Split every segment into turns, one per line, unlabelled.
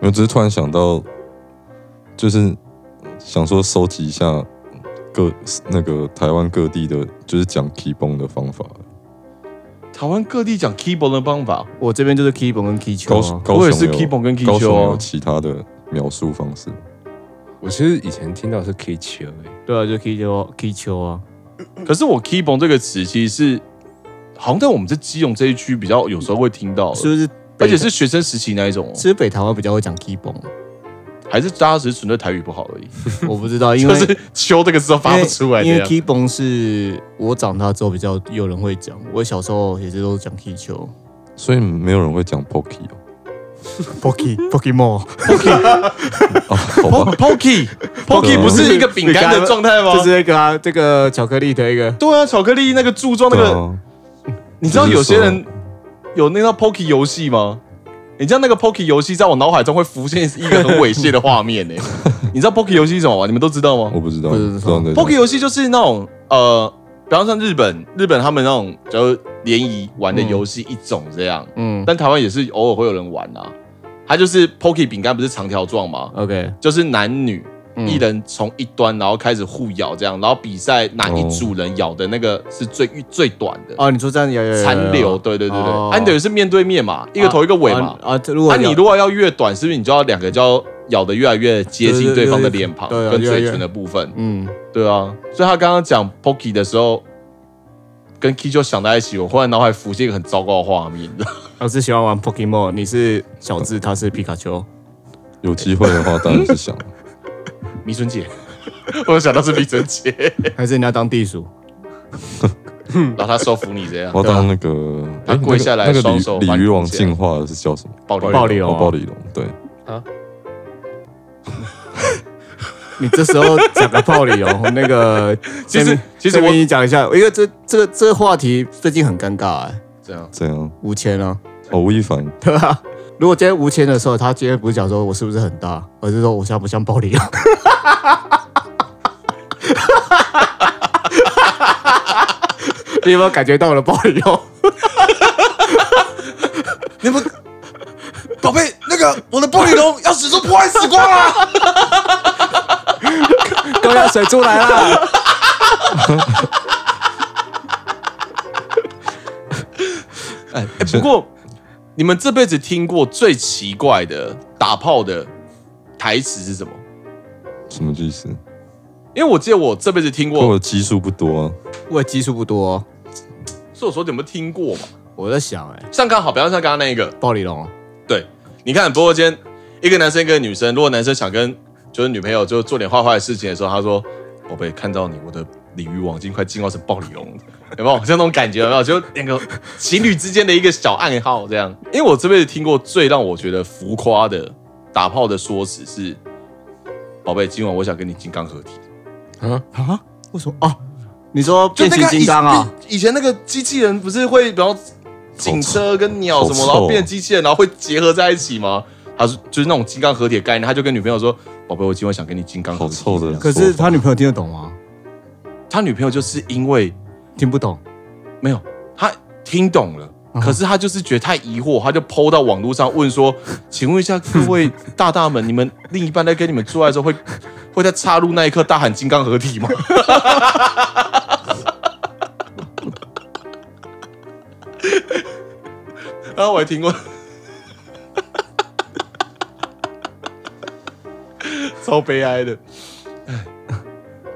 我只是突然想到，就是想说收集一下各那个台湾各地的，就是讲 key 崩的方法。
台湾各地讲 keyboard 的方法，
我这边就是 keyboard 跟 key 球、
高
啊，
高雄
我也是
有
keyboard 跟 key
高雄
球啊
有其他的描述方式。
我其实以前听到是 K 球诶，
欸
对啊，就 key 球 key 球啊，
可是我 keyboard 这个词其实是好像在我们这基隆这一区比较有时候会听到，
是不是？
哦而且是学生时期那一种哦，
其实北台湾比较会 讲 keyboard，
还是大家只是纯粹台语不好而已，
我不知道，因
就
为
是秋这个字都发
因
不
为
出来这
因为
样。
keyboard 是我长大之后比较有人会讲，我小时候也是都讲 key 球
所以没有人会讲 pokey 哦，
，pocky pokemon，
啊，好吧，
Pocky Pocky 不是一个饼干的状态吗？
啊就是那个啊，这个巧克力的一个，
对啊，巧克力那个柱状那
对
个，
啊，
你知道有些人
就
有那套 Pocky 游戏吗？你知道那个 Pocky 游戏在我脑海中会浮现一个很猥亵的画 面呢、你知道 Pocky 游戏是什么吗？你们都知道吗
我不知道，
不知道
不知道那
Pocky 游戏就是那种呃，比方像日本，日本他们那种就是联谊玩的游戏一种这样，
嗯
但台湾也是偶尔会有人玩啊。它就是 Pocky 饼干不是长条状吗？
，OK，
就是男女
嗯
一人从一端，然后开始互咬这样，然后比赛哪
哦
一组人咬的那个是最最短的
哦，你说这样有有有有有
残留。对对对啊
哦
对，安德也是面对面嘛，一个头一个尾嘛
啊。啊，这如果
那你如果要越短，是不是你就要两个就要咬得越来越接近对方的脸庞
对对对
跟
对对
嘴唇的部分？
嗯，
对啊，所以他刚刚讲 Pocky 的时候。跟 K 就想在一起，我忽然脑海浮现一个很糟糕的画面，
我是喜欢玩 Pokemon，你是小智，他是皮 卡丘。
有机会的话当然是想，
迷春姐， 我想到是迷春姐，
还是你要当地鼠？嗯
然后他收服你这样
我，要当那个，
啊他
诶
跪下来
那个
双手
那个
把
鲤鲤
你
鱼王
捧起来
进化的是叫什么？
暴力
暴力龙
哦
啊，
暴力龙，对，
你这时候讲个道理 哦，那个
其实
这边
其实
这边
我
你讲一下，因为这这个这个话题最近很尴尬哎，
这样。
这样
吴谦啊，
哦，吴亦凡，
对啊。如果今天吴谦的时候，他今天不是讲说我是不是很大，而是说我像不像暴力 啊？你有没有感觉到我的暴力哦？
你们，宝贝，那个我的玻璃龙要使出破坏时光啊！
都要水出来了。
哎、不过你们这辈子听过最奇怪的打炮的台词是什么？
什么意思？
因为我记得我这辈子听
我
过，
的基数不多啊，
我基数不多、哦，
所以我说你们有没有听过嘛？
我在想哎、
像刚好，比方像刚刚那一个，
暴力龙，
对，你看直播间一个男生一个女生，如果男生想跟就是女朋友就做点坏坏的事情的时候，他说：“宝贝，看到你，我的鲤鱼网已经快进化成暴鲤龙了， 有没有？像那种感觉有没有？就两个情侣之间的一个小暗号这样。因为我这辈子听过最让我觉得浮夸的打炮的说辞是：宝贝，今晚我想跟你金刚合体。
啊，
啊？为什么啊？你说
就
变
那个
形金刚啊？
以，以前那个机器人不是会，然后警
哦
车跟鸟什
好
么，
臭
然后变机器人，然后会结合在一起吗？他是就是那种金刚合体的概念，他就跟女朋友说：“宝贝，我今晚想跟你金刚合
好
体。”
臭的。
可是他女朋友听得懂吗？
他女朋友就是因为
听不懂。
没有他听懂了。
嗯
可是他就是觉得太疑惑，他就抛到网络上问说：“请问一下各位大大们，你们另一半在跟你们做爱的时候会 会在插入那一刻大喊‘金刚合体’吗？” 然啊后我还听过， 超悲哀的。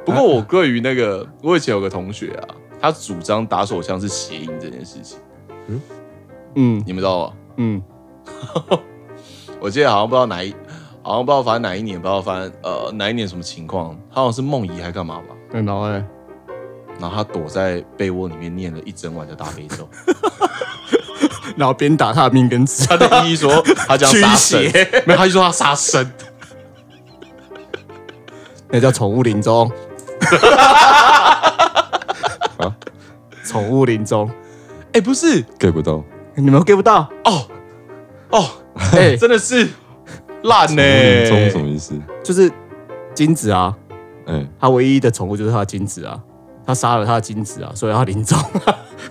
不过我对于那个，我以前有个同学啊，他主张打手枪是谐音这件事情，
嗯
你们知道吗？
嗯，
我记得好像不知道哪一，好像不知道反正哪一年，不知道反正呃哪一年什么情况，他好像是梦遗还干嘛吧，
很老哎。
然后他躲在被窝里面念了一整晚的大悲 咒。
然后边打他的命根子，
他的意义说他讲杀生
驱，
没有，他就说他杀生。
那叫宠物林 中。啊，宠物林中，
哎、不是
get 不到，
你们 get 不到？
哦哦，
哎、
真的是烂呢、
林中什么意思？
就是金子啊，
哎，
他唯一的宠物就是他的金子啊，他杀了他的金子啊，所以他林中。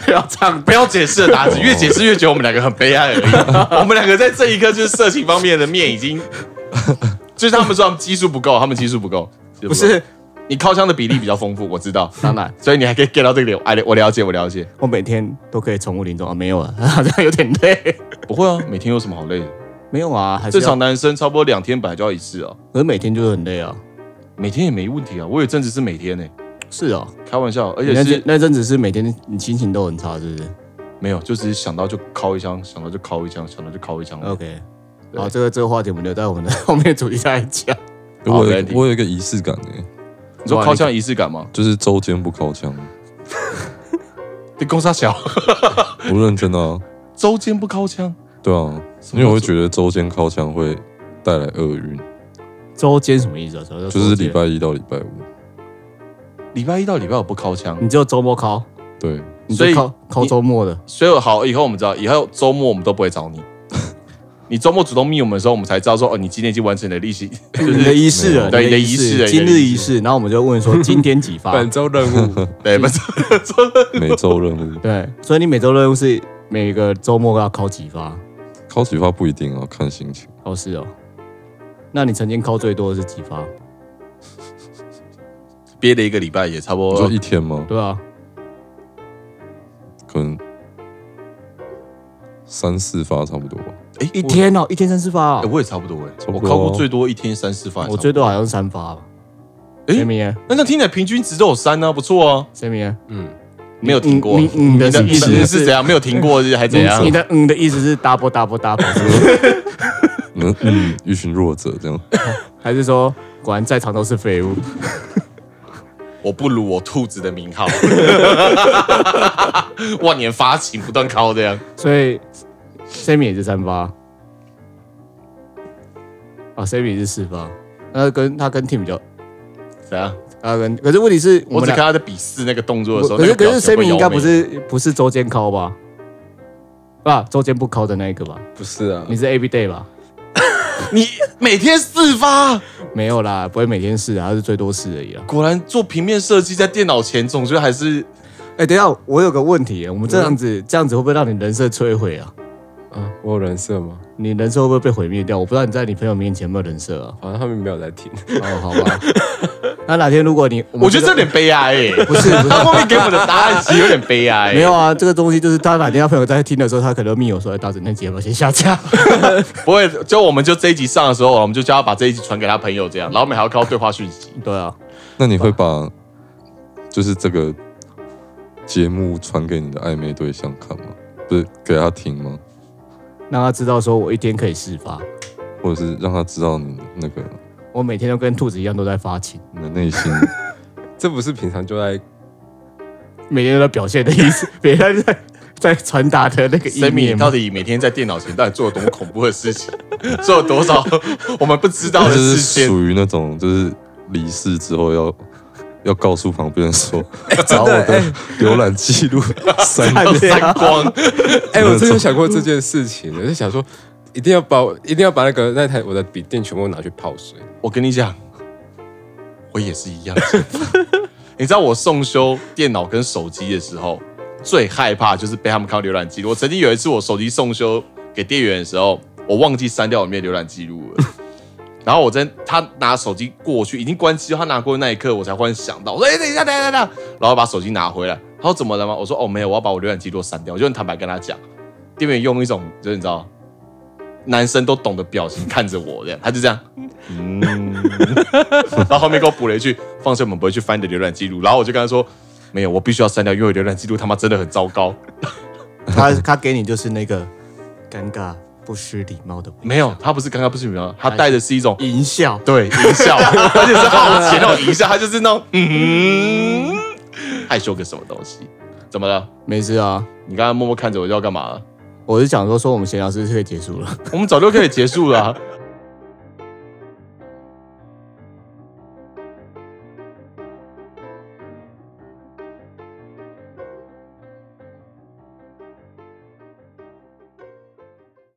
不 要唱
不要解释的打字，越解释越觉得我们两个很悲哀而已。 我们两个在这一刻就是色情方面的面已经，就是他们说他们基数不够，他们基数不够，
不是
你靠枪的比例比较丰富，我知 道，
当然，
所以你还可以 get 到这个点。哎，我了解，我了解，
我每天都可以宠物林中啊，没有啊， 好像有点累。
不会啊，每天有什么好累的？
没有啊，还是
正
要
常，男生差不多两天本来就要一次啊，
可是每天就是很累啊。
每天也没问题啊。我有阵子是每天呢、
是哦，
开玩笑，而
你
且
那
是
阵那阵子是每天你心情都很差，是不是
没有，就只是想到就敲一枪，想到就敲一枪，想到就敲一枪。
？OK，
对
好，这个这个话题我们留在我们的 后面的主题再来讲。
好
我有一
没问题
个我有一个仪式感诶、
你说敲枪仪式感吗？
就是周间不靠枪，
你攻杀小，
我认真的 啊，
周间不敲枪，
对啊，
什
因
么
为我会觉得周间靠枪会带来厄运，
周间什么意思啊？什么叫
就是
周间
礼，拜一到礼拜五，
礼拜一到礼拜五不敲枪。
你只有周末考，
对，
你
所
就
以
考考周末的。
所以好，以后我们知道，以后周末我们都不会找 你。你周末主动密我们的时候，我们才知道说，哦，你今天已经完成你的利息，就
你的
是
仪式了，
对
仪
你的仪式
今日
你的仪
仪式，然后我们就问说今天几发？
本周任务
对，不是
每周任务
对，所以你每周任务是每个周末要考几发？
靠几发不一定啊，看心情。
哦，是哦。那你曾经考最多的是几发？
憋了一个礼拜，也差不
你说
多
一天吗？
对啊，
可能三四发差不多吧。
哎
一、天哦，一天三四发
我哎
哦。
我也差不多哎、
差不
我
多
靠过最多一天三四发，
我最多好像是三发吧。
诶
Sammy 耶
那那听起来平均值都有三啊，不错啊，
，Sammy 耶，
嗯，
没有停过。
你你你的
的
意
意
思
思
是
是怎样？没有停 过是还怎样
你？的嗯的意思是 double double double，是不 是
嗯嗯，一群弱者这样，
还是说果然在场都是废物？
我不如我兔子的名号， 万年发情不断敲这样。
所以 Sammy 也是三发，啊、s a m m y 哦是四发，那跟他跟 Team 比较，
怎样？
他跟可是问题是
我
们
只
俩
看他在比试那个动作的时候，
可是
那个
可
表
是
情会
Sammy 应该
妖媚
不是不是周间敲吧？啊，周间不敲的那一个吧？
嗯
不是啊，
你是 every day 吧？
你每天四发，
没有啦，不会每天试啊，他是最多试而已啦。
果然做平面设计在电脑前，总觉得还是
哎、等一下，我有个问题，我们这样子、这样子会不会让你人设摧毁啊？
啊，我有人设吗？？
你人设会不会被毁灭掉？我不知道你在你朋友面前有没有人设啊
好像他们没有在听，
哦，好吧。那哪天如果你，
我觉得这
这
有点悲哀诶、
不是 不
他
是
后面给我们的答案其实有点悲哀、欸
没有，啊，这个东西就是他哪天他朋友在听的时候，他可能密友说：“哎，大子那节目先下架。
不会，就我们就这一集上的时候，我们就叫他把这一集传给他朋友，这样，然后我们还要靠对话讯息。”
对啊，
那你会把就是这个节目传给你的暧昧对象看吗？不是给他听吗？
让他知道说我一天可以试发，
或者是让他知道你的那个
我每天都跟兔子一样都在发情。
你的内 心？
哦
这不是平常就在
每天都在表现的意思， 每天在在传达的那个意
Sammy，你
念
到
吗。
底每天在电脑前到底做了多么恐怖的事情？做了多 少我们不知道
就
的
是
事情？
属于那种就是离世之后要要告诉旁边人说，
哎
找我的浏览记 录删
看这
三
啊
样
光，
哎、我真的有想过这件事情，我就想说，一定要把我一定要把那个那台我的笔电全部拿去泡水。
我跟你讲，我也是一样。你知道我送修电脑跟手机的时候，最害怕就是被他们看到浏览记录。我曾经有一次，我手机送修给店员的时候，我忘记删掉里面的浏览记录了。然后我真他拿手机过去，已经关机了，他拿过去那一刻，我才忽然想到，我说：“哎、等一下，等一下，等一下。”然后把手机拿回来，他说：“怎么了吗？”我说：“哦，没有，我要把我浏览记录删掉。”我就很坦白跟他讲，店员用一种就是你知道，男生都懂的表情看着我，这样他就这样，然后后面给我补了一句：“放心，我们不会去翻你的浏览记录。”然后我就跟他说：“没有，我必须要删掉，因为我浏览记录他妈真的很糟糕。
他他给你就是那个尴尬不失礼貌的”
没有，他不是刚刚不是什么，他带的是一种
淫笑，
对淫笑，而且是好奇那种淫笑，他就是那种嗯，害羞个什么东西？怎么了？
没事啊。
你刚刚默默看着我要干嘛了？
我是想说说我们闲聊是不是可以结束了？
我们早就可以结束了啊、